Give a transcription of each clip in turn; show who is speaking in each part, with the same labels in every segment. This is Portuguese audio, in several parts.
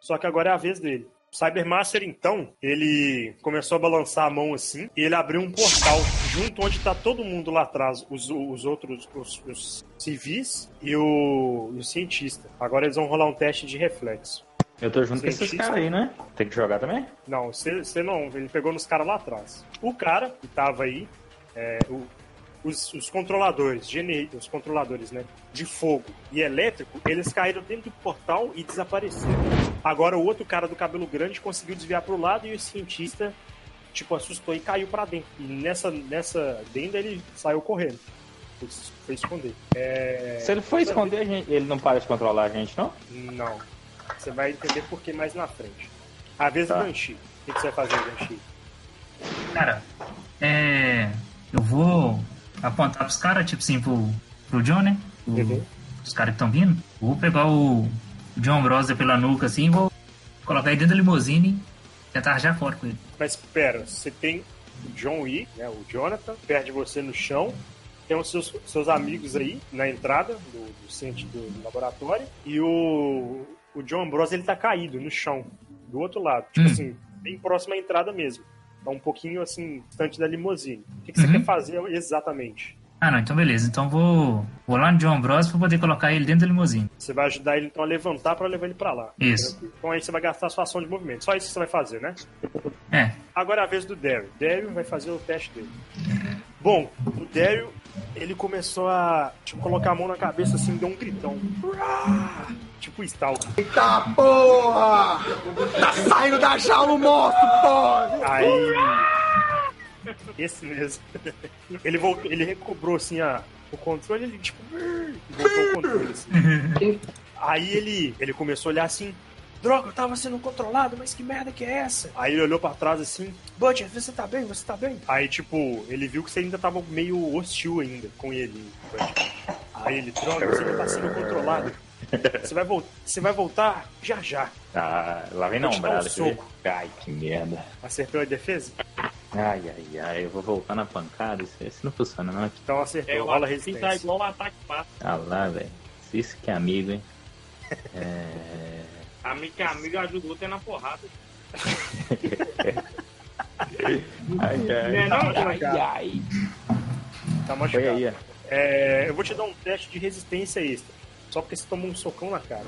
Speaker 1: Só que agora é a vez dele. O Cybermaster, então, ele começou a balançar a mão assim e ele abriu um portal junto onde tá todo mundo lá atrás, os, os outros, os, os civis e o, e o cientista. Agora eles vão rolar um teste de reflexo.
Speaker 2: Eu tô junto com esses
Speaker 1: Cientista.
Speaker 2: caras aí, né? Tem que jogar também?
Speaker 1: Não, você você não, ele pegou nos caras lá atrás. O cara que tava aí, é, o- os, os controladores, gene- os controladores, né, de fogo e elétrico, eles caíram dentro do portal e desapareceram. Agora o outro cara do cabelo grande conseguiu desviar pro lado e o cientista, tipo, assustou e caiu pra dentro. E nessa, nessa denda ele saiu correndo. Foi, se- foi esconder.
Speaker 2: Se ele for esconder, a gente- ele não para de controlar a gente, não?
Speaker 1: Não. Você vai entender por que mais na frente. A vez do Banshee. O que que você vai fazer, Banshee?
Speaker 3: Cara, é. Eu vou apontar pros caras, tipo assim, pro, pro John, né? O-
Speaker 1: Uhum.
Speaker 3: Os caras que estão vindo. Vou pegar o, o John Brosa pela nuca assim e vou colocar ele dentro da limusine e tentar arranjar fora com ele.
Speaker 1: Mas espera, você tem o John Wick, né, o Jonathan, perde você no chão. Tem os seus, seus amigos aí na entrada do, do centro do laboratório. E o, o John Ambrose ele tá caído no chão, do outro lado. Tipo
Speaker 3: Hum.
Speaker 1: assim, bem próximo à entrada mesmo. Tá um pouquinho assim, distante da limusine. O que, que você
Speaker 3: Uhum.
Speaker 1: quer fazer exatamente?
Speaker 3: Ah, não, então beleza. Então vou, vou lá no John Bros pra poder colocar ele dentro da limusine.
Speaker 1: Você vai ajudar ele então a levantar para levar ele para lá.
Speaker 3: Isso.
Speaker 1: Tranquilo. Então aí você vai gastar a sua ação de movimento. Só isso que você vai fazer, né?
Speaker 3: É,
Speaker 1: Agora é a vez do Daryl. Daryl vai fazer o teste dele. Bom, o Daryl, ele começou a tipo, colocar a mão na cabeça assim, deu um gritão. Uá! Tipo Stalker.
Speaker 4: Eita porra! Tá saindo da jaula o monstro, porra!
Speaker 1: Aí. Esse mesmo. Ele voltou, ele recobrou assim a, o controle, ele tipo. Voltou o controle assim. Aí ele, ele começou a olhar assim. Droga, eu tava sendo controlado, mas que merda que é essa? Aí ele olhou pra trás assim, Butcher, você tá bem? Você tá bem? Aí, tipo, ele viu que você ainda tava meio hostil ainda com ele, Butcher. Aí ele, droga, você ainda tá sendo controlado. Você vai, vol- você vai voltar já já.
Speaker 2: Ah, lá vem
Speaker 1: Vou
Speaker 2: não,
Speaker 1: te dar um
Speaker 2: brada. quer
Speaker 1: soco.
Speaker 2: ver? Ai, que merda.
Speaker 1: Acertou a defesa?
Speaker 2: Ai, ai, ai, eu vou voltar na pancada. Isso, isso não funciona, não.
Speaker 1: Então acertou,
Speaker 5: É, o
Speaker 1: rola
Speaker 5: ataque tá
Speaker 1: resistência.
Speaker 5: igual o ataque fácil.
Speaker 2: Ah lá, velho. Isso que é amigo, hein? É.
Speaker 5: Amigo que amigo ajuda o outro é na porrada.
Speaker 2: Ai, ai.
Speaker 5: Não é não,
Speaker 1: Tá
Speaker 5: Jorge?
Speaker 1: machucado. Tá
Speaker 2: Foi
Speaker 1: machucado.
Speaker 2: aí, ó.
Speaker 1: É, eu vou te dar um teste de resistência extra. Só porque você tomou um socão na cara.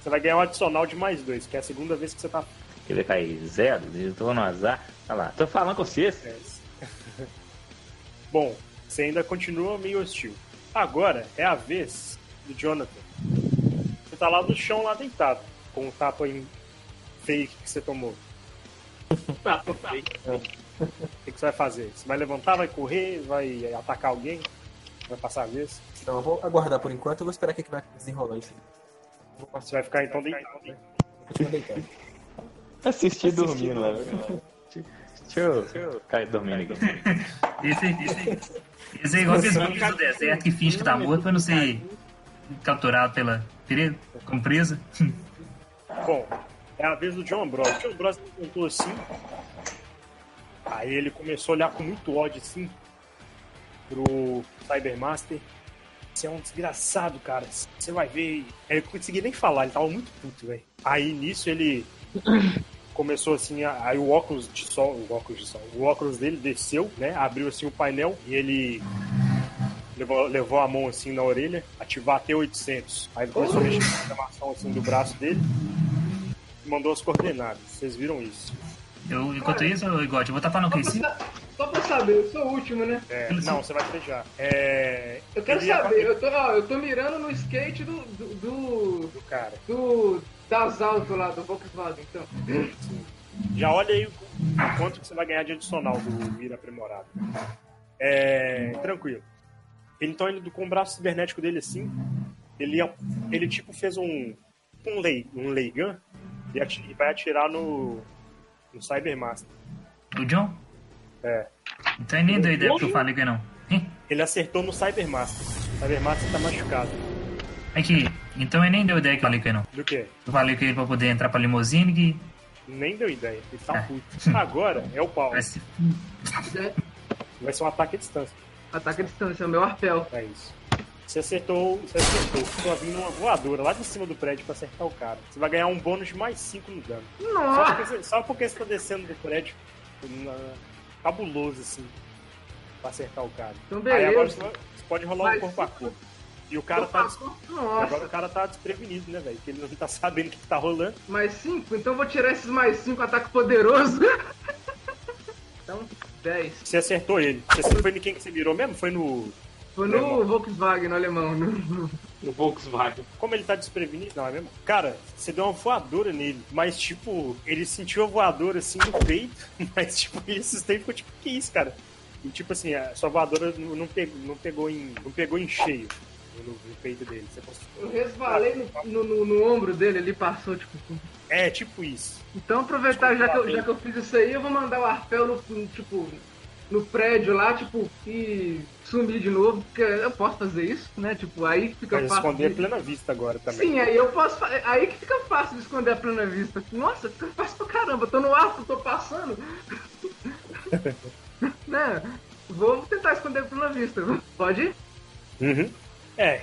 Speaker 1: Você vai ganhar um adicional de mais dois, que é a segunda vez que você tá.
Speaker 2: Quer ver cair zero? Eu tô no azar. Olha lá, tô falando com vocês.
Speaker 1: Bom, você ainda continua meio hostil. Agora é a vez do Jonathan. Você tá lá no chão, lá deitado, com o tapa em fake que você tomou. É.
Speaker 5: Tá, tá, tá.
Speaker 1: O que que você vai fazer? Você vai levantar, vai correr, vai atacar alguém? Vai passar a vez?
Speaker 6: Então,
Speaker 4: Não, eu vou aguardar por enquanto, eu vou esperar o que que vai desenrolar isso.
Speaker 1: Você vai ficar então deitado. né?
Speaker 4: Continua deitado.
Speaker 2: Assisti dormindo, velho. Deixa eu- deixa eu cair dormindo aqui.
Speaker 3: esse, esse, esse é igual aqueles zumbis do deserto que finge que tá morto pra não ser capturado pela pre- como presa.
Speaker 1: Bom, é a vez do John Ambrose. O John Ambrose me contou assim. Aí ele começou a olhar com muito ódio assim pro Cybermaster. Você é um desgraçado, cara. Você vai ver. Aí eu não consegui nem falar, ele tava muito puto, velho. Aí nisso ele começou assim, a- aí o óculos de sol, o óculos de sol, o óculos dele desceu, né? Abriu assim o painel e ele levou, levou a mão assim na orelha, ativar T800. Aí ele começou a mexer na programação assim do braço dele e mandou as coordenadas. Vocês viram isso?
Speaker 3: Eu, enquanto isso, eu, igual, eu vou tapar no que em cima.
Speaker 7: Só pra saber, eu sou o último, né?
Speaker 1: É, não, você vai frejar. É,
Speaker 7: Eu quero
Speaker 1: ele ia
Speaker 7: saber,
Speaker 1: bater
Speaker 7: eu tô, ó, eu tô mirando no skate do. do. do,
Speaker 1: no cara.
Speaker 7: do das alto lá, do Volkswagen, então.
Speaker 1: Já olha aí o quanto que você vai ganhar de adicional do Vira Aprimorado. É, tranquilo. Então ele com o braço cibernético dele assim, ele, ele tipo fez um um lei, um leigan e ati- e vai atirar no no Cybermaster.
Speaker 3: O John?
Speaker 1: É.
Speaker 3: Então é nem doido é porque eu falei que não. Hein?
Speaker 1: Ele acertou no Cybermaster. O Cybermaster tá machucado.
Speaker 3: Aqui, então eu nem deu ideia que eu falei com ele não.
Speaker 1: Do que?
Speaker 3: Eu falei com ele pra poder entrar pra limusine que
Speaker 1: Nem deu ideia. Ele tá puto. Agora é o pau.
Speaker 3: vai se...
Speaker 7: É,
Speaker 1: Vai ser um ataque à distância.
Speaker 7: Ataque à distância, é o meu arpel.
Speaker 1: É isso. Você acertou, você acertou. Você tá vindo uma voadora lá de cima do prédio pra acertar o cara. Você vai ganhar um bônus de mais 5 no dano. Só
Speaker 7: Nossa!
Speaker 1: porque, você, só porque você tá descendo do prédio na- cabuloso, assim, pra acertar o cara.
Speaker 7: Então
Speaker 1: Aí agora
Speaker 7: beleza.
Speaker 1: você vai- você pode rolar um
Speaker 7: Mas-
Speaker 1: corpo a corpo. E o cara tá. des- Agora
Speaker 7: Nossa,
Speaker 1: o cara tá desprevenido, né, velho? Porque ele não tá sabendo o que que tá rolando.
Speaker 7: mais 5? Então vou tirar esses mais 5 ataque poderoso. então, 10.
Speaker 1: Você acertou ele. Você acertou- foi em quem que você mirou mesmo? Foi no.
Speaker 7: Foi no Volkswagen, no alemão. no- no-
Speaker 5: No Volkswagen.
Speaker 1: Como ele tá desprevenido, não é mesmo? Cara, você deu uma voadora nele, mas tipo, ele sentiu a voadora assim no peito, mas tipo, ele assustou e ficou tipo, que isso, cara? E tipo assim, a sua voadora não, não pegou, não, pegou, em, não pegou em cheio no, no peito dele. Você conseguiu-
Speaker 7: Eu resvalei no, no- no- no ombro dele ali, passou, tipo.
Speaker 1: É, tipo isso.
Speaker 7: Então aproveitar, já que, eu, já que eu fiz isso aí, eu vou mandar o arpel no, no, tipo, no prédio lá, tipo, e sumir de novo, porque eu posso fazer isso, né? Tipo, aí fica
Speaker 1: Mas
Speaker 7: fácil.
Speaker 1: esconder a
Speaker 7: de-
Speaker 1: plena vista agora também.
Speaker 7: Sim, aí eu posso. fa- Aí que fica fácil de esconder a plena vista. Nossa, fica fácil pra caramba. Tô no arco, tô passando. né? Vou tentar esconder a plena vista. Pode? ir?
Speaker 1: Uhum. É.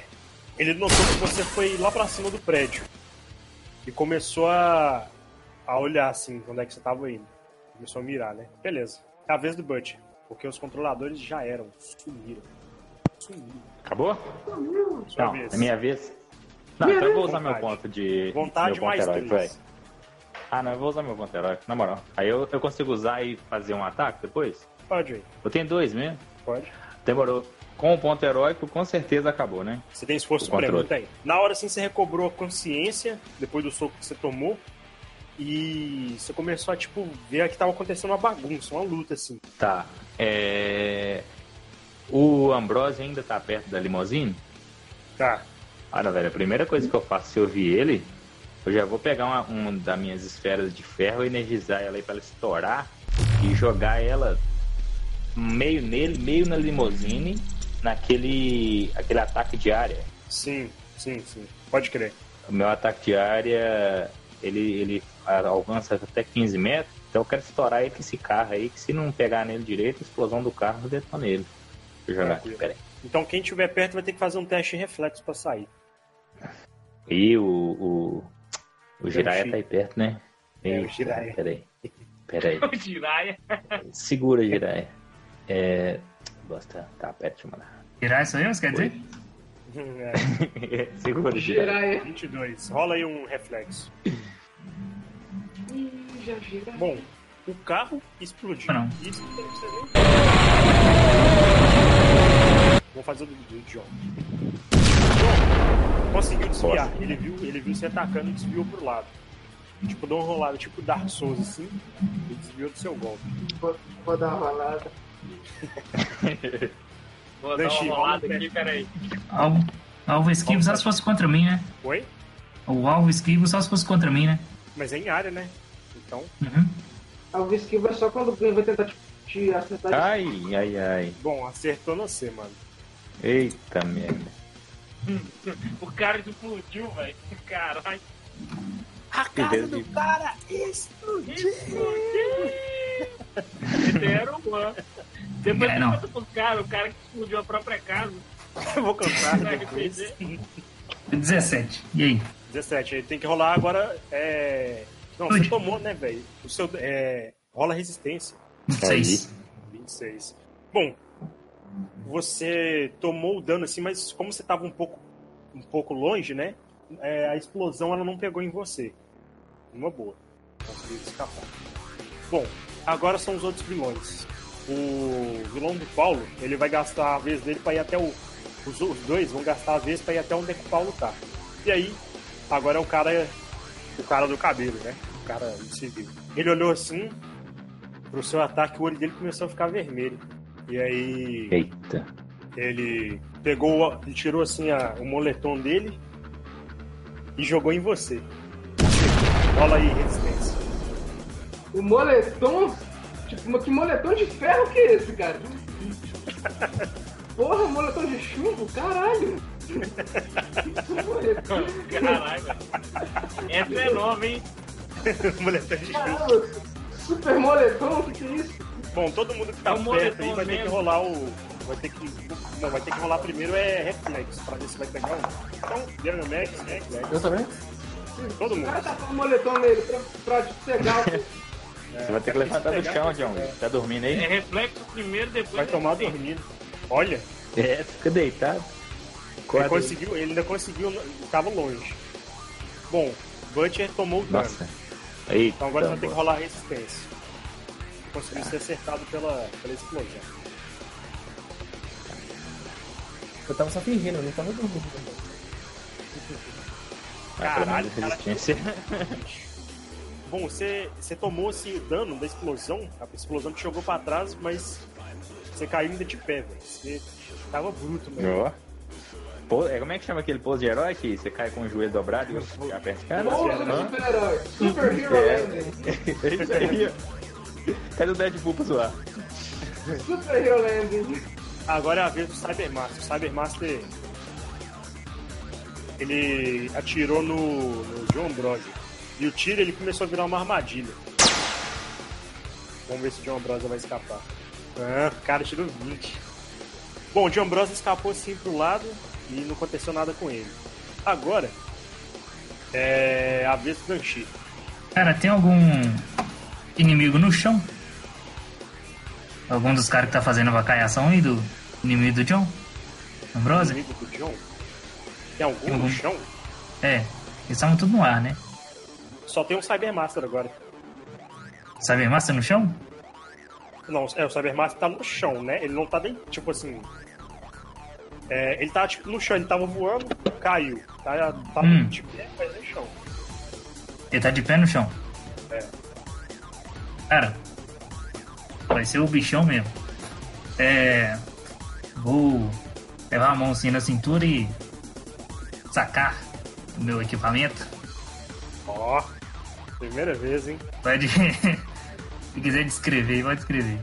Speaker 1: Ele notou que você foi lá pra cima do prédio. E começou a, a olhar assim, onde é que você tava indo. Começou a mirar, né? Beleza. É a vez do Butcher. Porque os controladores já eram. Sumiram. Sumiram.
Speaker 2: Acabou?
Speaker 1: Sua
Speaker 2: Não,
Speaker 1: vez.
Speaker 2: é minha vez? Não,
Speaker 7: Minha
Speaker 2: então eu vou
Speaker 1: vez.
Speaker 2: usar meu
Speaker 1: Vontade.
Speaker 2: ponto de.
Speaker 1: Vontade
Speaker 2: meu ponto
Speaker 1: mais
Speaker 2: herói, vai.
Speaker 1: três.
Speaker 2: Ah, não, eu vou usar meu ponto herói, na moral. Aí eu, eu consigo usar e fazer um ataque depois?
Speaker 1: Pode aí.
Speaker 2: Eu tenho dois mesmo.
Speaker 1: Pode.
Speaker 2: Demorou. Com o ponto heróico, com certeza acabou, né?
Speaker 1: Você tem esforço
Speaker 2: Controle.
Speaker 1: prévio, tem. Na hora assim você recobrou a consciência depois do soco que você tomou. E você começou a, tipo, ver que tava acontecendo uma bagunça, uma luta, assim.
Speaker 2: Tá. É... O Ambrose ainda tá perto da limousine?
Speaker 1: Tá.
Speaker 2: Olha, velho, a primeira coisa que eu faço se eu vi ele, eu já vou pegar uma, uma das minhas esferas de ferro, energizar ela aí pra ela estourar e jogar ela meio nele, meio na limousine, naquele aquele ataque de área.
Speaker 1: Sim, sim, sim. Pode crer.
Speaker 2: O meu ataque de área, ele, ele alcança até 15 metros, então eu quero estourar ele com esse carro aí, que se não pegar nele direito, a explosão do carro detona ele. Deixa eu jogar aqui,
Speaker 1: Tranquilo.
Speaker 2: peraí.
Speaker 1: Então quem tiver perto vai ter que fazer um teste de reflexo pra sair.
Speaker 2: E o. O, o Jiraiya
Speaker 1: Yoshi.
Speaker 2: tá aí perto, né?
Speaker 1: É, o
Speaker 2: Eita,
Speaker 1: Jiraiya.
Speaker 2: Peraí. Peraí.
Speaker 5: O Jiraya.
Speaker 2: Segura, Jiraiya. É. Bosta. Tá, pera, deixa eu mandar.
Speaker 3: Tirar isso mesmo, quer dizer?
Speaker 1: É,
Speaker 2: Segura, Jiraiya.
Speaker 7: Girar é.
Speaker 1: 22. Rola aí um reflexo.
Speaker 7: Ih, já gira.
Speaker 1: Bom, o carro explodiu.
Speaker 3: Não.
Speaker 1: Isso não tem que ser nem. Vou fazer o do, do John. John conseguiu desviar. Ele viu, ele viu você atacando e desviou pro lado. Tipo, deu um rolado, tipo Dark Souls assim. Ele desviou do seu golpe.
Speaker 7: Vou, vou dar uma rolada.
Speaker 5: Vou dar
Speaker 1: Deixa eu-
Speaker 5: uma rolada aqui, peraí.
Speaker 3: Alvo, alvo esquivo só se fosse contra mim, né?
Speaker 1: Oi?
Speaker 3: O alvo esquivo só se fosse contra mim, né?
Speaker 1: Mas é em área, né? Então,
Speaker 3: Uhum.
Speaker 7: Algo esquiva só quando alguém vai tentar tipo, te acertar. de-
Speaker 2: Ai, ai, ai.
Speaker 1: bom, acertou você, mano.
Speaker 2: Eita merda.
Speaker 5: O cara explodiu, velho. Caralho.
Speaker 2: Beleza, de-
Speaker 5: Esse era o Juan. Depois
Speaker 3: É,
Speaker 5: você
Speaker 3: não.
Speaker 5: conta pros caras, o cara que explodiu a própria casa.
Speaker 1: Eu vou cantar
Speaker 5: Vai
Speaker 1: depois.
Speaker 5: perder.
Speaker 3: 17. E aí?
Speaker 1: 17, ele tem que rolar agora. É... Não, você tomou, né, velho? O seu. É... Rola resistência.
Speaker 3: 26.
Speaker 1: 26. Bom, você tomou o dano assim, mas como você tava um pouco, um pouco longe, né? é, a explosão ela não pegou em você. Uma boa. Conseguiu escapar. Bom, agora são os outros vilões. O vilão do Paulo, ele vai gastar a vez dele pra ir até o. Os os dois vão gastar a vez pra ir até onde é que o Paulo tá. E aí, agora é o cara. O cara do cabelo, né? O cara civil. Ele olhou assim, pro seu ataque, o olho dele começou a ficar vermelho. E aí
Speaker 2: Eita.
Speaker 1: ele pegou, a- ele tirou assim a- o moletom dele e jogou em você. Acertou. Rola aí, resistência.
Speaker 7: O moletom. Tipo, mas que moletom de ferro que é esse, cara? Porra, moletom de chumbo? Caralho!
Speaker 5: Caralho, velho. Essa é nova, hein?
Speaker 1: moletom é de chumbo.
Speaker 7: Caralho, super moletom, o que, que é isso?
Speaker 1: Bom, todo mundo que tá
Speaker 5: É um
Speaker 1: perto aí
Speaker 5: moletom
Speaker 1: vai ter que
Speaker 5: mesmo.
Speaker 1: rolar o. Vai ter que Não, vai ter que rolar primeiro é reflex, pra ver se vai pegar um. Então, Daniel Max, Max, Max,
Speaker 6: Eu também?
Speaker 1: todo
Speaker 7: O
Speaker 1: mundo.
Speaker 7: cara tá com o moletom nele pra, pra tipo, pegar o.
Speaker 1: É,
Speaker 2: Você vai ter que levantar do chão, John. Tá dormindo aí?
Speaker 5: É reflexo primeiro, depois. é
Speaker 1: Vai tomar dormindo. Olha,
Speaker 2: É, fica deitado.
Speaker 1: ele,
Speaker 2: Acorda aí.
Speaker 1: conseguiu, ele ainda conseguiu, tava longe. Bom, Butcher tomou o dano.
Speaker 2: Nossa. Eita,
Speaker 1: Então agora você vai ter que
Speaker 2: boa.
Speaker 1: rolar resistência. Conseguiu ser acertado pela, pela explosão.
Speaker 6: Eu tava só fingindo, eu não tava dormindo. né?
Speaker 2: Mas pelo menos
Speaker 1: Caralho, cara.
Speaker 2: resistência.
Speaker 1: Bom, você, você tomou assim, o dano da explosão. A explosão te jogou pra trás, mas você caiu ainda de pé, velho. Você tava bruto, mesmo.
Speaker 2: Ó. Pô, é, como é que chama aquele pose de herói que você cai com o joelho dobrado e você aperta o cara?
Speaker 7: Pouso do
Speaker 1: né?
Speaker 2: Hã?
Speaker 7: super-herói. Super Hero
Speaker 2: É.
Speaker 7: Landing.
Speaker 2: É isso aí, ó. Cadê o É Deadpool pra zoar?
Speaker 7: Super Hero Landing.
Speaker 1: Agora é a vez do Cybermaster. O Cybermaster. Ele atirou no, no John Ambrosio. E o tiro ele começou a virar uma armadilha. Vamos ver se o John Ambrosio vai escapar. Ah, o cara tirou 20. Bom, o John Ambrosio escapou sim pro lado e não aconteceu nada com ele. Agora é a vez do Banshee.
Speaker 3: Cara, tem algum inimigo no chão? Algum dos caras que tá fazendo a vacaiação aí do inimigo do John? Ambrose?
Speaker 1: Amigo do John. Tem algum no
Speaker 3: Uhum.
Speaker 1: chão?
Speaker 3: É, eles estavam tudo no ar, né?
Speaker 1: Só tem um Cybermaster agora.
Speaker 3: Sabe massa no chão?
Speaker 1: Não, é, o Cybermaster tá no chão, né? Ele não tá nem, tipo assim. é, ele tá tipo, no chão, ele tava voando, caiu. Tá, tá
Speaker 3: Hum.
Speaker 1: de pé, mas no chão.
Speaker 3: Ele tá de pé no chão.
Speaker 1: É.
Speaker 3: Cara, vai ser o bichão mesmo. É. Vou levar a mão assim na cintura e sacar o meu equipamento.
Speaker 1: Ó, primeira vez, hein?
Speaker 3: Pode. Se quiser descrever, vai descrever.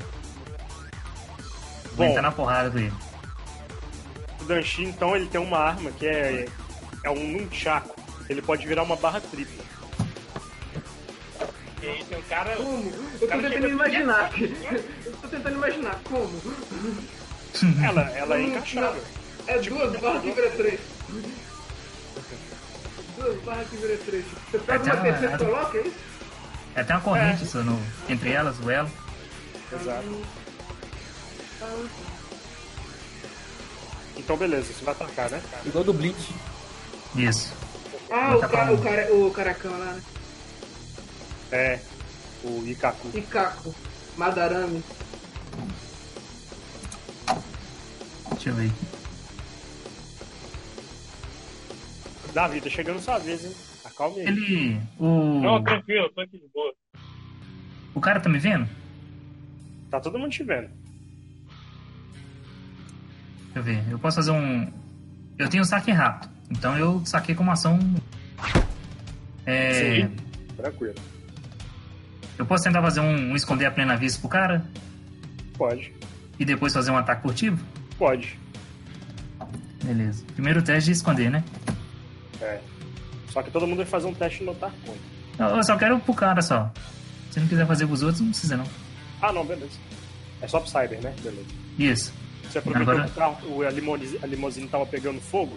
Speaker 3: Vou
Speaker 1: Bom.
Speaker 3: entrar na porrada com ele.
Speaker 1: O Danshi, então, ele tem uma arma que é, é um nunchaku. Ele pode virar uma barra tripla.
Speaker 5: E aí tem um cara.
Speaker 7: Como? Eu tô
Speaker 5: Cara,
Speaker 7: tentando
Speaker 5: chega-
Speaker 7: imaginar. Eu tô tentando imaginar como.
Speaker 1: Ela, ela é
Speaker 7: Não,
Speaker 1: encaixável.
Speaker 7: não. É duas barras que vira três. Duas barras que vira três. Você pega
Speaker 3: Até
Speaker 7: uma terceira e
Speaker 3: uma-
Speaker 7: coloca, é isso?
Speaker 3: É até uma corrente só no- entre elas, o elo.
Speaker 1: Exato. Então, beleza, você vai atacar, né?
Speaker 6: Igual do Bleach.
Speaker 3: Isso.
Speaker 7: Ah,
Speaker 3: Vou
Speaker 7: o,
Speaker 3: tacar
Speaker 7: cara,
Speaker 3: um.
Speaker 7: o, cara, o caracão lá, né?
Speaker 1: É, o Ikaku.
Speaker 7: E Caco. Madarame.
Speaker 3: Deixa eu ver.
Speaker 1: Davi, tá chegando sua vez, hein? Acalme aí.
Speaker 3: Ele. O.
Speaker 5: Não, tranquilo, tô aqui de boa.
Speaker 3: O cara tá me vendo?
Speaker 1: Tá todo mundo te vendo.
Speaker 3: Deixa eu ver. Eu posso fazer um. Eu tenho saque rápido. Então eu saquei com uma ação. É.
Speaker 1: Sim. Tranquilo.
Speaker 3: Eu posso tentar fazer um, um esconder a plena vista pro cara
Speaker 1: Pode.
Speaker 3: e depois fazer um ataque furtivo?
Speaker 1: Pode.
Speaker 3: Beleza. Primeiro teste de esconder, né?
Speaker 1: É. Só que todo mundo vai fazer um teste e notar conta.
Speaker 3: Eu, eu só quero pro cara só. Se não quiser fazer pros outros, não precisa não.
Speaker 1: Ah, não, beleza. É só pro Cyber, né? Beleza.
Speaker 3: Isso.
Speaker 1: Você aproveitou
Speaker 3: Agora-
Speaker 1: que o carro, o- a limousine, a limousine tava pegando fogo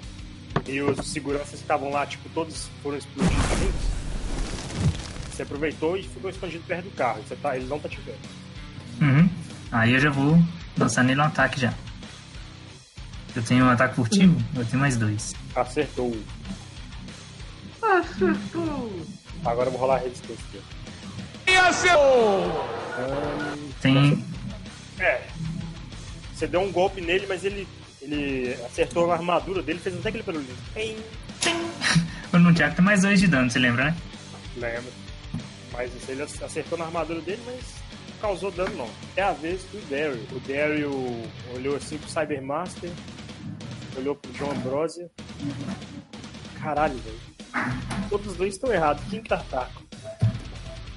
Speaker 1: e os seguranças estavam lá, tipo, todos foram explodidos juntos. Você aproveitou e ficou escondido perto do carro. Você tá, ele não tá te vendo.
Speaker 3: Uhum. Aí eu já vou lançar nele um ataque já. Eu tenho um ataque furtivo, eu tenho mais dois.
Speaker 1: Acertou.
Speaker 7: Acertou!
Speaker 1: Agora eu vou rolar a resistência dele.
Speaker 3: Tem.
Speaker 1: É. Você deu um golpe nele, mas ele, ele acertou a armadura dele, fez até aquele barulho. Ei,
Speaker 3: Quando não tinha, tem mais dois de dano, você lembra, né?
Speaker 1: Lembro. Mas isso, ele acertou na armadura dele, mas não causou dano não. É a vez do Daryl. O Daryl olhou assim pro Cybermaster, olhou pro John Ambrosio. Caralho, velho. Todos os dois estão errados. Quem que tá ataca?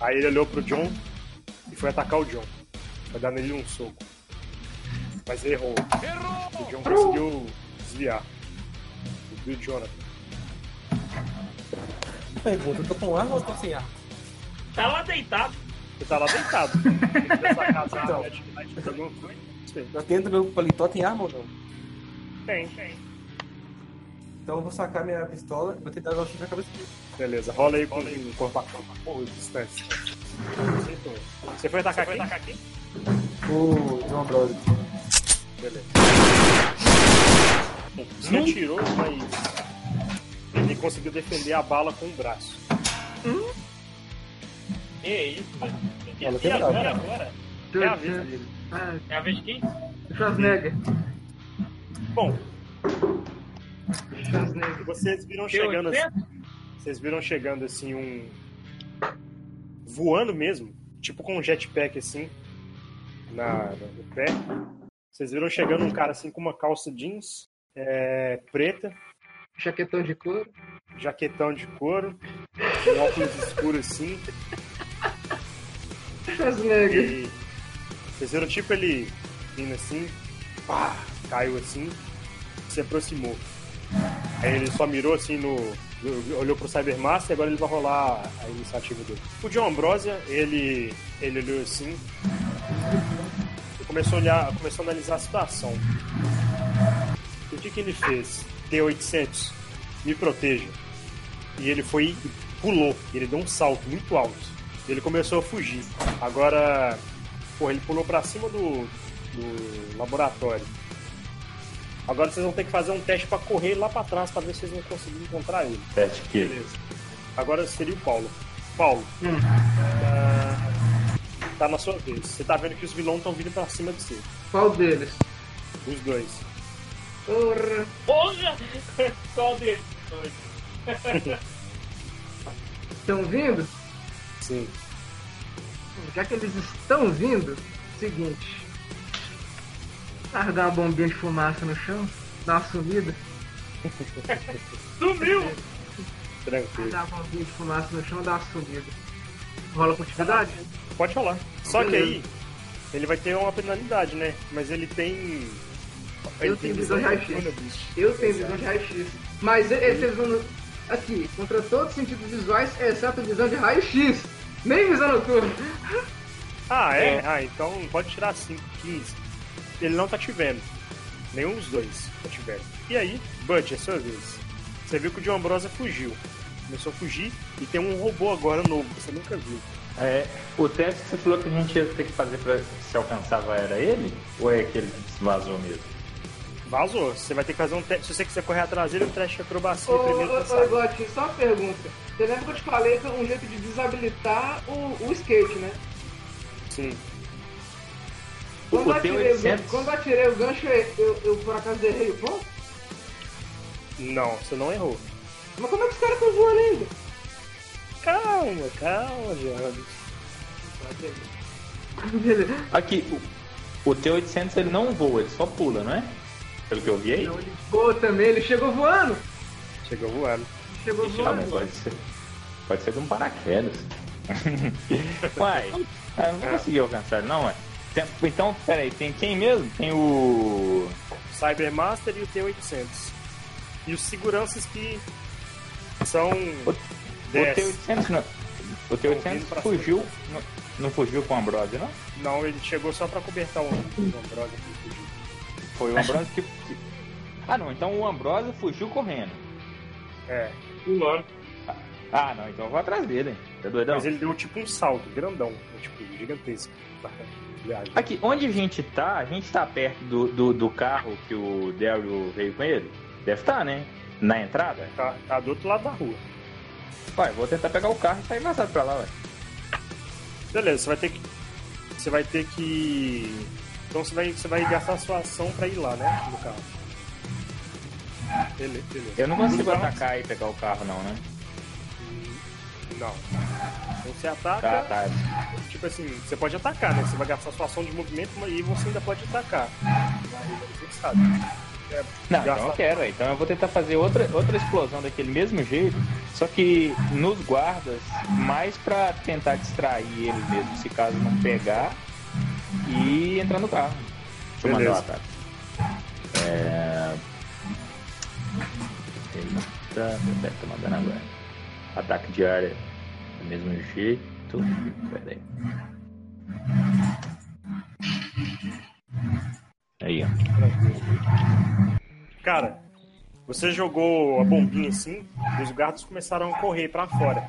Speaker 1: Aí ele olhou pro John e foi atacar o John. Foi dar nele um soco. Mas errou. O John conseguiu desviar. O Jonathan.
Speaker 6: Pergunta, eu tô com arma ou tô sem arma?
Speaker 5: Tá lá deitado.
Speaker 1: Você tá lá deitado. Então. né? Tipo, Essa casa, a atividade que você não foi.
Speaker 6: Lá dentro do meu paletó tem arma ou não?
Speaker 1: Tem, tem.
Speaker 6: Então eu vou sacar minha pistola e vou tentar dar um chute na cabeça dele.
Speaker 1: Beleza, rola aí com o corpo a corpo. Porra, distância. Acertou. Você foi atacar quem?
Speaker 6: O João Ambrosio.
Speaker 1: Beleza. Bom, Você atirou, mas ele conseguiu defender a bala com o braço.
Speaker 5: Que isso, velho.
Speaker 6: Ela
Speaker 5: E
Speaker 6: tem
Speaker 5: agora,
Speaker 6: brava.
Speaker 5: agora?
Speaker 1: É
Speaker 7: Tchan,
Speaker 1: a vez
Speaker 7: tchan.
Speaker 1: dele.
Speaker 7: Ah,
Speaker 5: É a vez de quem?
Speaker 7: Schwarzenegger.
Speaker 1: Bom,
Speaker 7: Schwarzenegger.
Speaker 1: vocês viram
Speaker 5: Deu
Speaker 1: chegando assim.
Speaker 5: 80?
Speaker 1: Vocês viram chegando assim um. Voando mesmo. Tipo com um jetpack assim. Na, na- no pé. Vocês viram chegando um cara assim com uma calça jeans é, preta,
Speaker 7: Jaquetão de couro.
Speaker 1: jaquetão de couro, um óculos escuro assim.
Speaker 7: Schwarzenegger.
Speaker 1: E vocês viram tipo ele vindo assim, pá, caiu assim, se aproximou. Aí ele só mirou assim no. olhou pro Cybermaster e agora ele vai rolar a iniciativa dele. O John Ambrosia, ele. ele olhou assim. E começou a olhar. começou a analisar a situação. E o que, que ele fez? T800, me proteja. E ele foi e pulou. E ele deu um salto muito alto. E ele começou a fugir. Agora, porra, ele pulou pra cima do, do laboratório. Agora vocês vão ter que fazer um teste pra correr lá pra trás pra ver se vocês vão conseguir encontrar ele.
Speaker 2: Teste que
Speaker 1: Beleza. Agora seria o Paulo. Paulo,
Speaker 7: Hum.
Speaker 1: ah, tá na sua vez. Você tá vendo que os vilões estão vindo pra cima de você.
Speaker 7: Qual deles?
Speaker 1: Os dois.
Speaker 7: Porra.
Speaker 5: Porra! Qual deles?
Speaker 7: Estão vindo?
Speaker 1: Sim.
Speaker 7: Já que eles estão vindo, seguinte. Largar uma bombinha de fumaça no chão, dar uma sumida,
Speaker 5: Sumiu!
Speaker 1: Tranquilo.
Speaker 7: largar uma bombinha um de fumaça no chão, dar uma sumida. Rola continuidade?
Speaker 1: Pode rolar. Só que aí,
Speaker 7: Beleza.
Speaker 1: ele vai ter uma penalidade, né? Mas ele tem.
Speaker 7: Eu
Speaker 1: ele
Speaker 7: tenho
Speaker 1: tem
Speaker 7: visão de raio-x. Eu tenho visão de raio-x. Mas e- eles vão. no- Aqui, contra todos os sentidos visuais, exceto a visão de raio-x. Nem visão noturna.
Speaker 1: Ah, é? Ah, então pode tirar 5, 15. Ele não tá te vendo. Nenhum dos dois tá te vendo. E aí, Bud, é sua vez. Você viu que o John Ambrosia fugiu. Começou a fugir e tem um robô agora novo, que você nunca viu.
Speaker 2: É, o teste que você falou que a gente ia ter que fazer pra se alcançava era ele? Ou é aquele que vazou mesmo?
Speaker 1: Vazou. Você vai ter que fazer um teste. Se você quiser correr atrás dele, um teste de
Speaker 7: Ô,
Speaker 1: acrobacia primeiro pra
Speaker 7: ô, ô,
Speaker 1: sair.
Speaker 7: Gotti, só uma pergunta. Você lembra que eu te falei que é um jeito de desabilitar o, o skate, né?
Speaker 1: Sim.
Speaker 2: O-
Speaker 7: Quando
Speaker 2: o
Speaker 7: eu atirei, o, é gan-
Speaker 2: T-800.
Speaker 7: quando eu atirei o gancho, eu, eu por acaso errei o ponto?
Speaker 1: Não, você não errou.
Speaker 7: Mas como é que os caras estão voando ainda?
Speaker 1: Calma, calma, Jean.
Speaker 7: Tá, Beleza.
Speaker 2: Aqui, o, o T-800 ele não voa, ele só pula, não é? Pelo que eu vi aí?
Speaker 7: Então ele voou também, ele chegou voando.
Speaker 1: Chegou voando.
Speaker 7: Chegou
Speaker 2: Ah, mas
Speaker 7: voando.
Speaker 2: pode ser. Pode ser de um paraquedas. Uai, eu não consegui alcançar, não, ué. Tem- Então, peraí, tem quem mesmo? Tem o.
Speaker 1: Cybermaster e o T-800. E os seguranças que são.
Speaker 2: O- O
Speaker 1: 10.
Speaker 2: T-800 não. O
Speaker 1: Estão vindo pra
Speaker 2: T-800 fugiu. Não, não fugiu com o Ambrose, não?
Speaker 1: Não, ele chegou só pra cobertar o o Ambrose que fugiu.
Speaker 2: Foi o Ambrose que. que- Ah, não, então o Ambrose fugiu correndo.
Speaker 1: É,
Speaker 5: Pulando.
Speaker 2: Ah, não, então eu vou atrás dele. hein. Tá doidão?
Speaker 1: mas ele deu tipo um salto grandão, tipo, gigantesco. Viagem.
Speaker 2: Aqui, onde a gente tá, a gente tá perto do, do, do carro que o Daryl veio com ele? Deve estar, tá, né? Na entrada?
Speaker 1: Tá, tá do outro lado da rua.
Speaker 2: Ué, vou tentar pegar o carro e sair vazado pra lá, ué.
Speaker 1: Beleza, você vai ter que. Você vai ter que. Então você vai, você vai gastar a sua ação pra ir lá, né? No carro. Beleza, beleza.
Speaker 2: Eu não
Speaker 1: Uhum.
Speaker 2: consigo atacar e pegar o carro, não, né?
Speaker 1: Não. Então você ataca.
Speaker 2: Tá, tá.
Speaker 1: Tipo assim, você pode atacar, né? Você vai gastar sua ação de movimento mas aí você ainda pode atacar. Você sabe. É,
Speaker 2: Não,
Speaker 1: Já
Speaker 2: então eu
Speaker 1: sabe.
Speaker 2: quero, então eu vou tentar fazer outra, outra explosão daquele mesmo jeito, só que nos guardas, mais pra tentar distrair ele mesmo, se caso não pegar, e entrar no carro. Deixa eu mandar o
Speaker 1: Beleza.
Speaker 2: ataque. É... Ele não tá, deve tá mandando agora. Ataque de área do mesmo jeito. Pera aí. Aí, ó.
Speaker 1: Cara, você jogou a bombinha assim, e os guardas começaram a correr pra fora.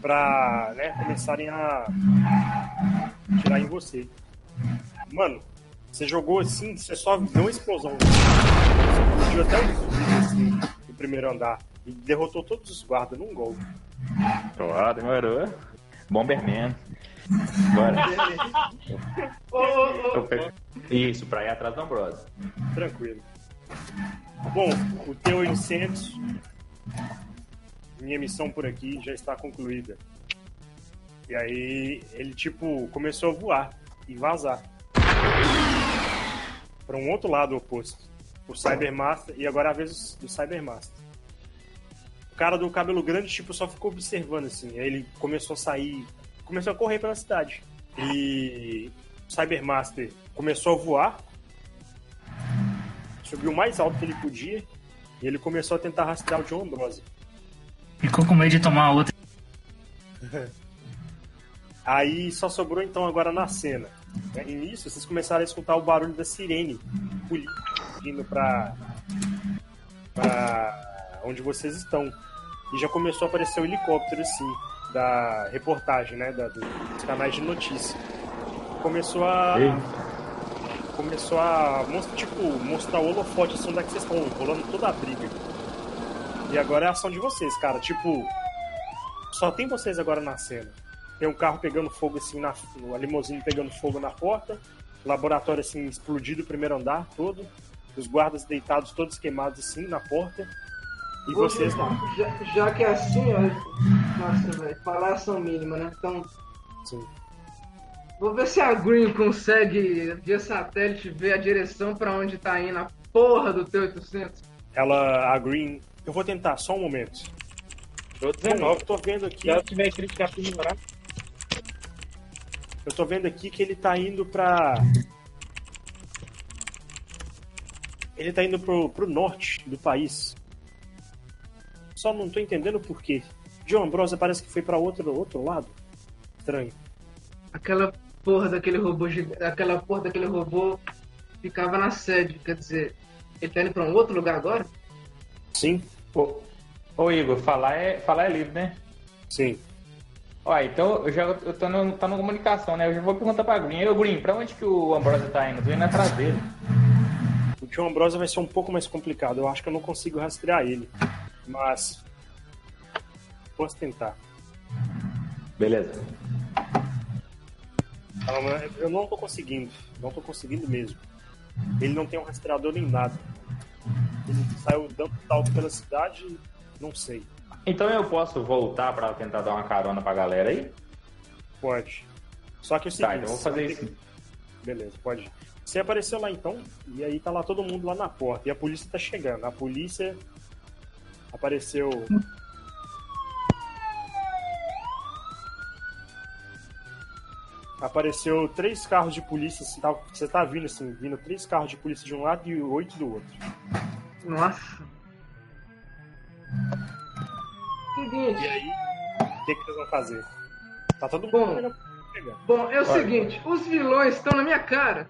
Speaker 1: Pra, né, começarem a tirar em você. Mano, você jogou assim, você só viu uma explosão. Você explodiu até o vidro, assim, do primeiro andar. E derrotou todos os guardas num gol.
Speaker 2: Ó, demorou. Bomberman. Bora.
Speaker 7: Ô, ô, ô,
Speaker 2: Eu pego- Isso, pra ir atrás da Ambrosa.
Speaker 1: Tranquilo. Bom, o teu incenso. Minha missão por aqui já está concluída. E aí ele tipo começou a voar e vazar para um outro lado oposto. O Cybermaster e agora é a vez do Cybermaster. O cara do cabelo grande tipo só ficou observando assim. Aí ele começou a sair, começou a correr pela cidade. E o Cybermaster começou a voar subiu o mais alto que ele podia e ele começou a tentar rastrear o John Ambrose.
Speaker 3: Ficou com medo de tomar outra.
Speaker 1: Aí só sobrou então agora na cena. Né? E nisso vocês começaram a escutar o barulho da sirene polícia indo pra, pra onde vocês estão. E já começou a aparecer o helicóptero assim, da reportagem, né? da- dos canais de notícia. Começou
Speaker 2: Ah,
Speaker 1: a. Começou a mos- tipo, mostrar o holofote assim, onde é que vocês estão, rolando toda a briga. E agora é a ação de vocês, cara. Tipo, só tem vocês agora na cena. Tem um carro pegando fogo assim na. A limousine pegando fogo na porta. Laboratório assim explodido, primeiro andar todo. Os guardas deitados, todos queimados assim na porta. E vocês lá.
Speaker 7: Já, já que é assim, ó. Nossa, velho, falar ação mínima, né? Então,
Speaker 1: Sim.
Speaker 7: vou ver se a Green consegue, via satélite, ver a direção pra onde tá indo a porra do T-800.
Speaker 1: Ela, a Green. Eu vou tentar, só um momento.
Speaker 5: Deu
Speaker 1: Bom,
Speaker 5: 19.
Speaker 1: eu tô vendo aqui.
Speaker 5: Se ela tiver crítica aprimorar,
Speaker 1: Eu tô vendo aqui que ele tá indo pra. Ele tá indo pro, pro norte do país. Só não tô entendendo por quê. John Ambrosa parece que foi pra outro, outro lado. Estranho.
Speaker 7: Aquela porra daquele robô gigante. Aquela porra daquele robô ficava na sede. Quer dizer, ele tá indo pra um outro lugar agora?
Speaker 1: Sim?
Speaker 2: Ô, ô, Igor, falar é, falar é livre, né?
Speaker 1: Sim.
Speaker 2: Ó, então eu já eu tô, no, tá na comunicação, né? Eu já vou perguntar pra Green. Ô, Green, pra onde que o Ambrosa tá indo? Tô indo atrás dele.
Speaker 1: O John Ambrosa vai ser um pouco mais complicado. Eu acho que eu não consigo rastrear ele. Mas. Posso tentar.
Speaker 2: Beleza.
Speaker 1: Ah, mas Eu não tô conseguindo. Não tô conseguindo mesmo. Ele não tem um rastreador nem nada. Ele saiu dando salto pela cidade, não sei.
Speaker 2: Então eu posso voltar pra tentar dar uma carona pra galera aí?
Speaker 1: Pode. Só que é o seguinte.
Speaker 2: Tá, então eu vou fazer isso.
Speaker 1: Beleza, pode. ir. Você apareceu lá então, e aí tá lá todo mundo lá na porta. E a polícia tá chegando. A polícia apareceu. Apareceu três carros de polícia. Você tá, você tá vindo assim, vindo três carros de polícia de um lado e oito do outro.
Speaker 7: Nossa.
Speaker 1: E
Speaker 7: Seguinte.
Speaker 1: aí, o que, que vocês vão fazer? Tá todo mundo
Speaker 7: Bom.
Speaker 1: esperando a polícia chegar.
Speaker 7: Bom, é o seguinte, os vilões estão na minha cara.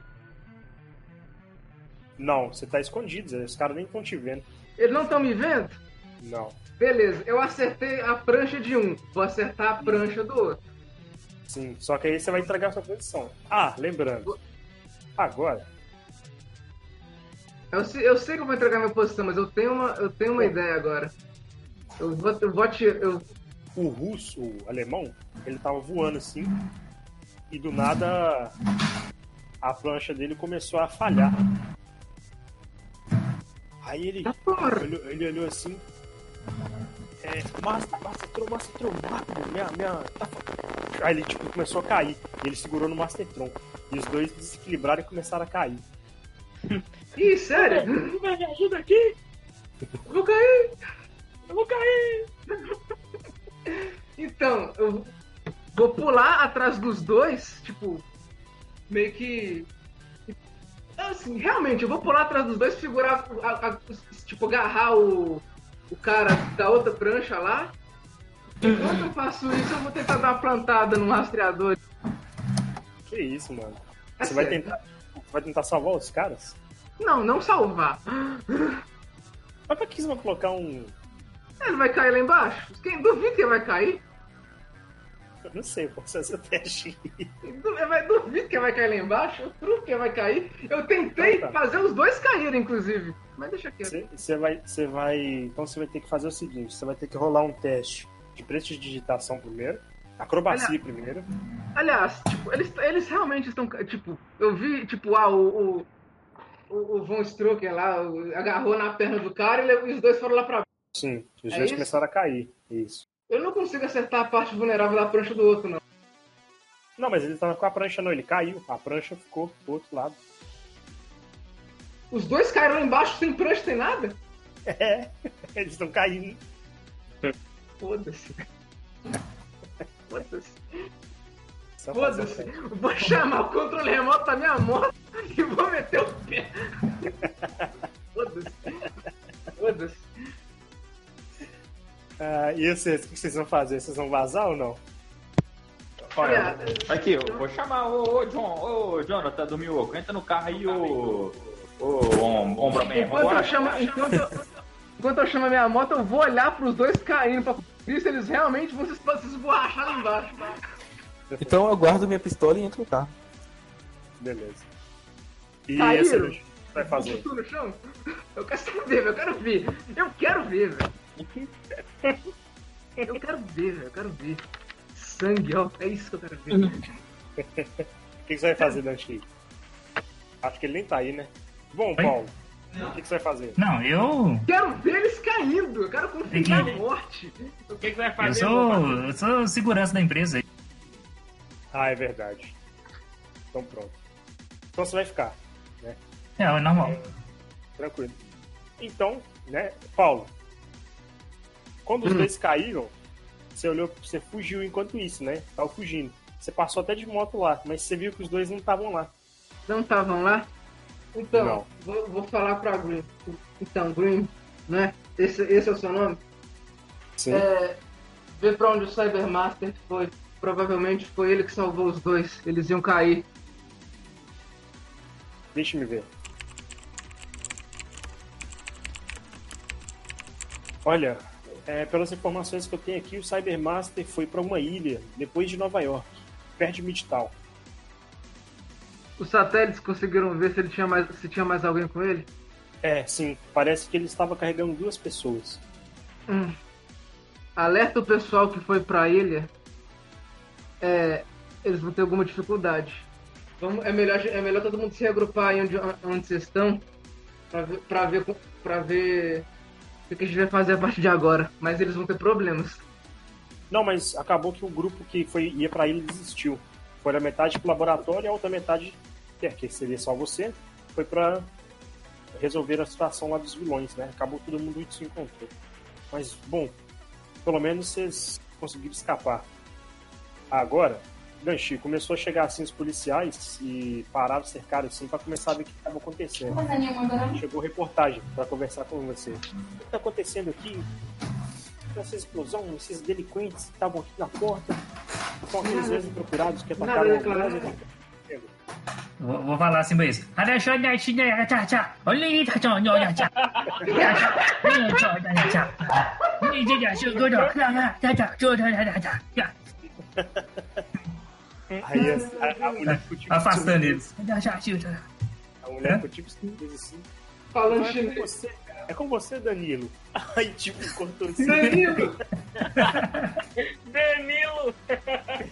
Speaker 1: Não, você tá escondido, Zé, os caras nem estão te vendo.
Speaker 7: Eles não estão me vendo?
Speaker 1: Não.
Speaker 7: Beleza, eu acertei a prancha de um, vou acertar a prancha do outro.
Speaker 1: Sim, só que aí você vai entregar sua posição. Ah, lembrando. Agora,
Speaker 7: Eu, se- eu sei que eu vou entregar minha posição, mas eu tenho uma, eu tenho uma ideia agora. Eu vou, eu vou atirar. Eu,
Speaker 1: o russo, o alemão, ele tava voando assim. E do nada a prancha dele começou a falhar. Aí ele,
Speaker 7: Tá porra.
Speaker 1: olhou- ele olhou assim. É, master, Mastertron, Mastertron, rápido, minha, minha. tá fa-" Aí ele tipo, começou a cair. E ele segurou no Mastertron. E os dois desequilibraram e começaram a cair.
Speaker 7: Ih, sério?
Speaker 5: me ajuda aqui,
Speaker 7: Vou cair!
Speaker 5: eu vou cair.
Speaker 7: Então, eu vou pular atrás dos dois, tipo, meio que. Assim, realmente, eu vou pular atrás dos dois, segurar, a- a- tipo, agarrar o, o cara da outra prancha lá. Enquanto eu faço isso, eu vou tentar dar uma plantada no rastreador.
Speaker 1: Que isso, mano.
Speaker 7: É
Speaker 1: Você vai
Speaker 7: sério.
Speaker 1: tentar, vai tentar salvar os caras?
Speaker 7: Não, não salvar.
Speaker 1: Mas pra que eles vão colocar um.
Speaker 7: Ele vai cair lá embaixo? Quem duvida que ele vai cair?
Speaker 1: Eu não sei, eu posso fazer teste.
Speaker 7: Du- eu vai- Duvido que vai cair lá embaixo. Eu truco que vai cair. Eu tentei
Speaker 1: Então tá.
Speaker 7: fazer os dois caírem, inclusive. Mas deixa quieto.
Speaker 1: Você você vai, você vai. Então você vai ter que fazer o seguinte: você vai ter que rolar um teste de prestidigitação primeiro, acrobacia primeiro.
Speaker 7: Aliás, tipo, eles, eles realmente estão. ca- Tipo, eu vi, tipo, ah, o. o o o Von Strucker lá o- agarrou na perna do cara e le- os dois foram lá pra baixo.
Speaker 1: Sim, os
Speaker 7: É
Speaker 1: dois
Speaker 7: isso?
Speaker 1: começaram a cair. Isso.
Speaker 7: Eu não consigo acertar a parte vulnerável da prancha do outro, não.
Speaker 1: Não, mas ele tava com a prancha, não. Ele caiu. A prancha ficou pro outro lado.
Speaker 7: Os dois caíram lá embaixo, sem prancha, sem nada?
Speaker 1: É, eles estão caindo.
Speaker 7: Foda-se. Foda-se.
Speaker 1: Só
Speaker 7: Foda-se. Vou chamar o controle remoto da minha moto e vou meter o pé. Foda-se. Foda-se.
Speaker 1: Ah, e vocês, o que vocês vão fazer? Vocês vão vazar ou não?
Speaker 7: Olha,
Speaker 2: Aqui, eu vou chamar o, John, ô Jonathan do Milwaukee. Entra no carro aí, ô. Ô, om- ombro mesmo.
Speaker 7: enquanto eu
Speaker 2: Bora.
Speaker 7: chamo, enquanto eu, enquanto eu chamo a minha moto, eu vou olhar pros dois caindo pra ver se eles realmente vão se, se esborrachar lá embaixo.
Speaker 6: Então eu guardo minha pistola e entro no carro.
Speaker 1: Beleza. E
Speaker 7: Caíram.
Speaker 1: essa o que você vai
Speaker 7: Eu
Speaker 1: fazer?
Speaker 7: tô no chão? Eu quero saber, velho. Eu quero ver. Eu quero ver, velho. Eu quero ver, velho. Eu quero ver. Sangue, ó. É isso que eu quero ver.
Speaker 1: O que você vai fazer, Dante? Acho que ele nem tá aí, né? Bom, Paulo, o que você vai fazer?
Speaker 3: Não, eu.
Speaker 7: Quero ver eles caindo. Eu quero confiar na morte.
Speaker 5: O que, que vai
Speaker 3: Eu
Speaker 5: fazer?
Speaker 3: sou. Eu sou segurança da empresa aí.
Speaker 1: Ah, é verdade. Então pronto. Então você vai ficar,
Speaker 3: É, é normal.
Speaker 1: tranquilo. Então, né, Paulo, quando os dois caíram, você olhou, você fugiu enquanto isso, né? Tava fugindo. Você passou até de moto lá, mas você viu que os dois não estavam lá.
Speaker 7: Não estavam lá? Então,
Speaker 1: Não.
Speaker 7: vou, vou falar pra Green. Então, Green, né? Esse, esse é o seu nome?
Speaker 1: Sim.
Speaker 7: Vê pra onde o Cybermaster foi. Provavelmente foi ele que salvou os dois. Eles iam cair.
Speaker 1: Deixa me ver. Olha, é, pelas informações que eu tenho aqui, o Cybermaster foi para uma ilha, depois de Nova York, perto de Midtown.
Speaker 7: Os satélites conseguiram ver se, ele tinha mais, se tinha mais alguém com ele?
Speaker 1: É, sim, parece que ele estava carregando duas pessoas.
Speaker 7: Alerta o pessoal que foi pra ilha. É, eles vão ter alguma dificuldade. Vamos, é, melhor, é melhor todo mundo se reagrupar aí onde, onde vocês estão. Pra ver, pra, ver, co- pra ver o que a gente vai fazer a partir de agora. Mas eles vão ter problemas.
Speaker 1: Não, mas acabou que o grupo que foi ia para a ilha desistiu. Foi a metade pro laboratório e a outra metade, que é, que seria só você, foi para resolver a situação lá dos vilões, né? Acabou todo mundo se encontrou. Mas, bom, pelo menos vocês conseguiram escapar. Agora, Ganchi, começou a chegar assim os policiais e pararam, cercaram assim para começar a ver o que estava acontecendo.
Speaker 8: coisa nenhuma agora.
Speaker 1: Chegou reportagem para conversar com você. O que está acontecendo aqui? Essa explosão, esses delinquentes que estavam aqui na porta, são aqueles mesmos procurados que
Speaker 7: Nada
Speaker 1: atacaram a
Speaker 7: declarado.
Speaker 1: casa.
Speaker 3: Vou, vou falar assim pra eles. Alexandre, Alexandre, Alexandre, Olha, Alexandre, Alexandre, Alexandre, Alexandre, Alexandre, Alexandre,
Speaker 1: Aí é, a, a mulher ficou tipo.
Speaker 3: Tá Afastando eles. É?
Speaker 1: A mulher ficou tipo sorrindo assim.
Speaker 7: Falando
Speaker 1: "Não, É com
Speaker 7: chinês.
Speaker 1: você, é com você, Danilo. Aí tipo, cortou assim.
Speaker 7: Danilo!
Speaker 5: Danilo!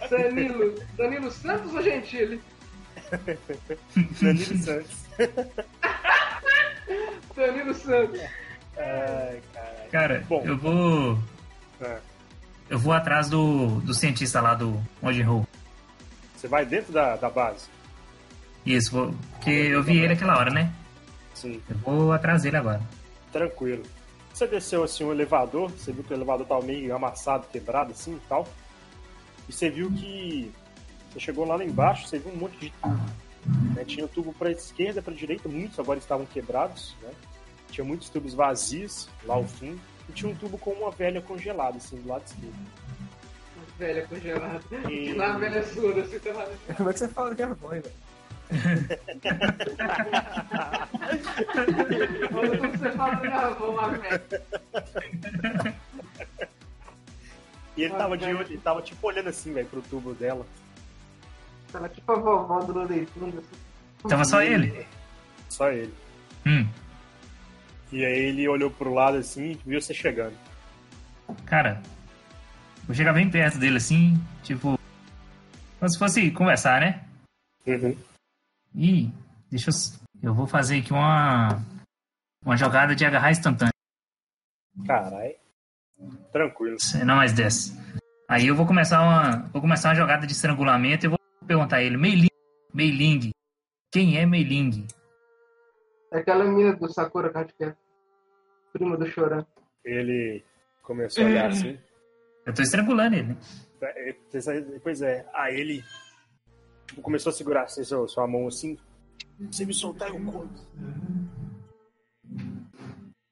Speaker 7: Danilo! é Danilo Santos ou Gentili?
Speaker 1: Danilo Santos.
Speaker 7: Danilo é Santos.
Speaker 1: Ai, caralho.
Speaker 3: Cara,
Speaker 1: Bom.
Speaker 3: eu vou.
Speaker 1: É.
Speaker 3: Eu vou atrás do, do cientista lá do Onde Roll.
Speaker 1: Você vai dentro da, da base?
Speaker 3: Isso, vou, porque eu vi ele aquela hora, né?
Speaker 1: Sim,
Speaker 3: Eu vou atrás dele agora.
Speaker 1: tranquilo. Você desceu assim um elevador, você viu que o elevador tava meio amassado, quebrado assim e tal. E você viu que você chegou lá, lá embaixo, você viu um monte de tubo. né? Tinha tubo para esquerda, para direita, muitos agora estavam quebrados. Né? Tinha muitos tubos vazios lá ao fundo. E tinha um tubo com uma velha congelada, assim, do lado esquerdo.
Speaker 7: Velha congelada.
Speaker 1: E-
Speaker 7: Lá, velha surda, assim, tá lá.
Speaker 6: Como é que você fala que é ruim, velho?
Speaker 7: Quando você fala, "Ah, gravou uma merda.
Speaker 1: E ele
Speaker 7: Ah,
Speaker 1: tava, de
Speaker 7: cara.
Speaker 1: olho, ele tava tipo olhando assim, velho, pro tubo dela.
Speaker 7: Tava tipo a vovó do Lodefundo.
Speaker 3: Tava Então é só ele.
Speaker 1: Só ele.
Speaker 3: Hum,
Speaker 1: E aí ele olhou pro lado assim e viu você chegando.
Speaker 3: cara. Vou chegar bem perto dele assim, tipo. Como se fosse conversar, né? Ih, deixa eu. s- Eu vou fazer aqui uma. Uma jogada de agarrar instantâneo.
Speaker 1: Caralho. Tranquilo.
Speaker 3: Não mais 10. Aí eu vou começar uma. Vou começar uma jogada de estrangulamento e eu vou perguntar a ele, Meiling. Meiling. Quem é Meiling?
Speaker 7: Aquela mina do Sakura Cardcaptor. Prima do Choran.
Speaker 1: Ele começou a olhar assim.
Speaker 3: Eu tô estrangulando ele. né?
Speaker 1: É, é, Pois é, aí ele tipo, começou a segurar assim, sua, sua mão assim. Você me soltar eu corpo.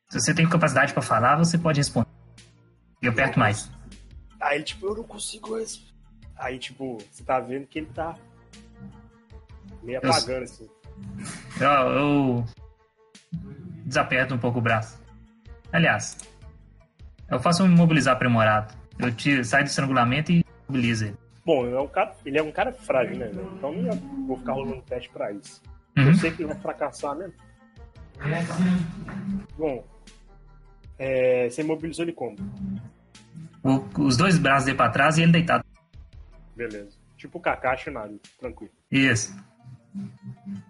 Speaker 3: Se você tem capacidade pra falar, você pode responder. E eu perto mais.
Speaker 1: Aí ele, tipo, eu não consigo isso. Aí, tipo, você tá vendo que ele tá meio
Speaker 3: Eu-
Speaker 1: apagando, assim.
Speaker 3: Eu, eu desaperto um pouco o braço. Aliás, eu faço um imobilizar aprimorado. Eu tiro, saio do estrangulamento e imobilizo ele.
Speaker 1: Bom, é um cara, ele é um cara frágil, né? velho? Então eu não vou ficar rolando teste pra isso.
Speaker 3: Uhum.
Speaker 1: Eu sei que ele vai fracassar mesmo. Bom, é, você imobilizou ele como?
Speaker 3: O- os dois braços dele pra trás e ele deitado.
Speaker 1: Beleza. Tipo o Kakashi, nada, tranquilo.
Speaker 3: Isso.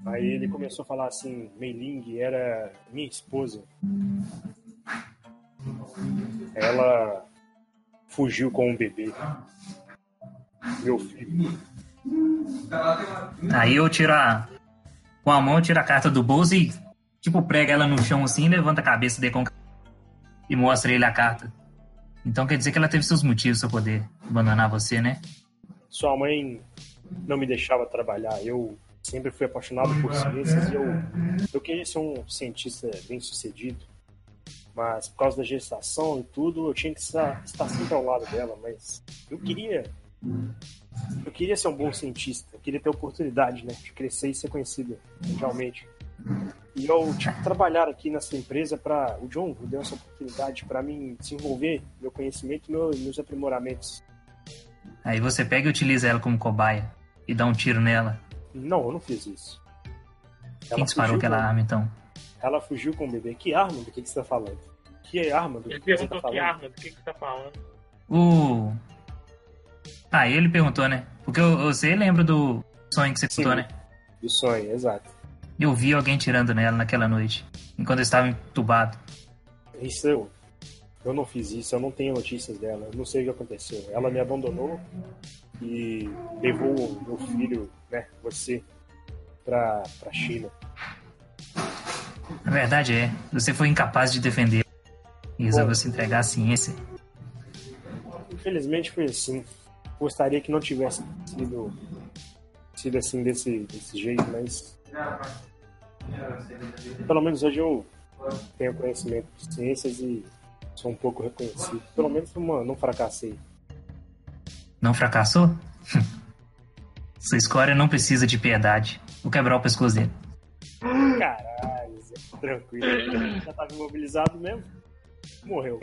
Speaker 1: Aí ele começou a falar assim: Meiling era minha esposa. Ela fugiu com um bebê. Meu filho.
Speaker 3: Aí eu tiro a. Com a mão, eu tiro a carta do bolso e, tipo, prega ela no chão assim, levanta a cabeça dele com. E mostra ele a carta. Então quer dizer que ela teve seus motivos pra poder abandonar você, né?
Speaker 1: Sua mãe não me deixava trabalhar. Eu sempre fui apaixonado por ciências e eu, eu queria ser um cientista bem sucedido. Mas por causa da gestação e tudo, eu tinha que estar, estar sempre ao lado dela. Mas eu queria. Eu queria ser um bom cientista. Eu queria ter a oportunidade, né? De crescer e ser conhecido realmente. E eu tive que trabalhar aqui nessa empresa para o John deu essa oportunidade para mim desenvolver meu conhecimento e meu- meus aprimoramentos.
Speaker 3: Aí você pega e utiliza ela como cobaia e dá um tiro nela.
Speaker 1: Não, eu não fiz isso.
Speaker 3: Quem disparou
Speaker 1: fugiu né?
Speaker 3: aquela
Speaker 1: com-
Speaker 3: arma então?
Speaker 1: Ela fugiu com o bebê. Que arma? Do que, que você tá falando? Que arma? Do
Speaker 5: Ele
Speaker 1: que, que você tá
Speaker 5: perguntou que
Speaker 1: falando?
Speaker 5: arma, do que que você tá falando.
Speaker 3: O. Ah, ele perguntou, né? Porque eu, você lembra do sonho que você
Speaker 1: Sim.
Speaker 3: contou, né?
Speaker 1: Do sonho, exato.
Speaker 3: Eu vi alguém tirando nela naquela noite, enquanto eu estava entubado.
Speaker 1: Isso eu. Eu não fiz isso, eu não tenho notícias dela, eu não sei o que aconteceu. Ela me abandonou e levou o meu filho, né, você, pra, pra China.
Speaker 3: A verdade é, você foi incapaz de defender e resolveu se entregar à ciência.
Speaker 1: Infelizmente foi assim. Gostaria que não tivesse sido, sido assim desse, desse jeito, mas. Pelo menos hoje eu tenho conhecimento de ciências e sou um pouco reconhecido. Pelo menos uma, não fracassei.
Speaker 3: Não fracassou? Sua escória não precisa de piedade. Vou quebrar o pescoço dele.
Speaker 1: Caralho, Zé, tranquilo. Já tava imobilizado mesmo? Morreu.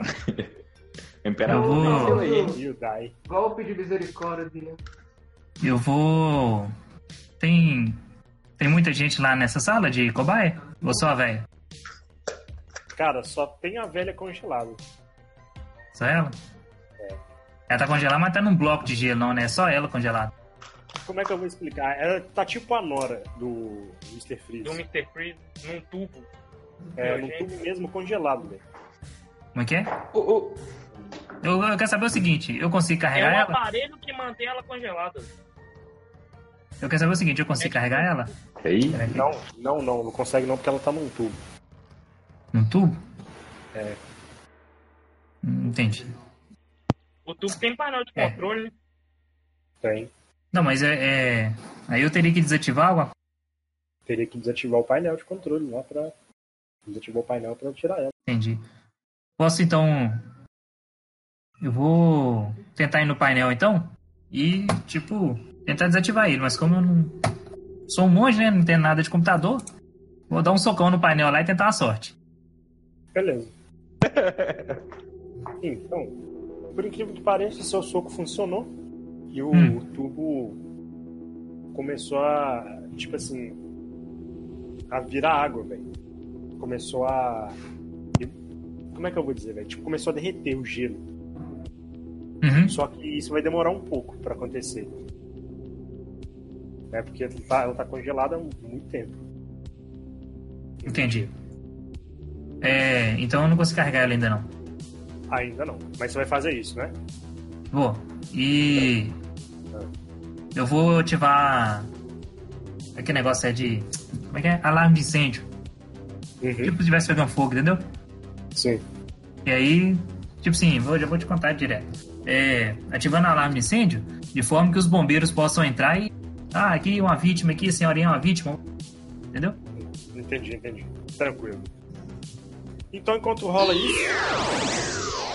Speaker 2: Imperador.
Speaker 3: vou-
Speaker 7: Uhum.
Speaker 1: E o Dai.
Speaker 7: Golpe de misericórdia. né?
Speaker 3: Eu vou. Tem. Tem muita gente lá nessa sala de cobaia? Ou só a velha?
Speaker 1: Cara, só tem a velha congelada.
Speaker 3: Só ela?
Speaker 5: É.
Speaker 3: Ela tá congelada, mas tá num bloco de gelo, não, né? É só ela congelada.
Speaker 1: Como é que eu vou explicar? Ela tá tipo a Nora do Mr.
Speaker 5: Do
Speaker 1: Freeze.
Speaker 5: Mr. um Freeze num tubo.
Speaker 1: É, no tubo mesmo congelado, velho.
Speaker 3: Como é que é? Eu, eu quero saber o seguinte: eu consigo
Speaker 5: É
Speaker 3: carregar
Speaker 5: um
Speaker 3: ela?
Speaker 5: aparelho que mantém ela congelada.
Speaker 3: Eu quero saber o seguinte: eu consigo
Speaker 5: É.
Speaker 3: carregar ela?
Speaker 2: Aí,
Speaker 3: Peraí,
Speaker 1: Não, não, não, não consegue não porque ela tá num tubo.
Speaker 3: Num tubo? É. Entendi.
Speaker 5: O tubo tem painel de
Speaker 3: É.
Speaker 5: controle.
Speaker 1: Tem.
Speaker 3: Não, mas é. é- Aí eu teria que desativar alguma coisa.
Speaker 1: Teria que desativar o painel de controle lá pra. Desativar o painel pra tirar ela.
Speaker 3: Entendi. Posso então. Eu vou tentar ir no painel então? E, tipo, tentar desativar ele, mas como eu não. Sou um monge, né? Não tem nada de computador. Vou dar um socão no painel lá e tentar a sorte.
Speaker 1: Beleza. então, por incrível que pareça, seu soco funcionou e o
Speaker 3: Hum.
Speaker 1: tubo começou a, tipo assim, a virar água, velho. Começou a. Como é que eu vou dizer, velho? Tipo, começou a derreter o gelo.
Speaker 3: Uhum.
Speaker 1: Só que isso vai demorar um pouco pra acontecer. É porque ela tá, ela tá congelada há muito tempo.
Speaker 3: Entendi. É, então eu não consigo carregar ela ainda não.
Speaker 1: Ainda não. Mas você vai fazer isso, né?
Speaker 3: Vou. E. Eu vou ativar. Aquele negócio é de. Como é que é? Alarme de incêndio. Tipo se tivesse pegando fogo, entendeu?
Speaker 1: Sim.
Speaker 3: E aí, tipo assim, vou, já vou te contar direto. É, ativando o alarme de incêndio, de forma que os bombeiros possam entrar e. Ah, aqui uma vítima, aqui, senhorinha, uma vítima. Entendeu?
Speaker 1: Entendi, entendi. Tranquilo. Então, enquanto rola isso,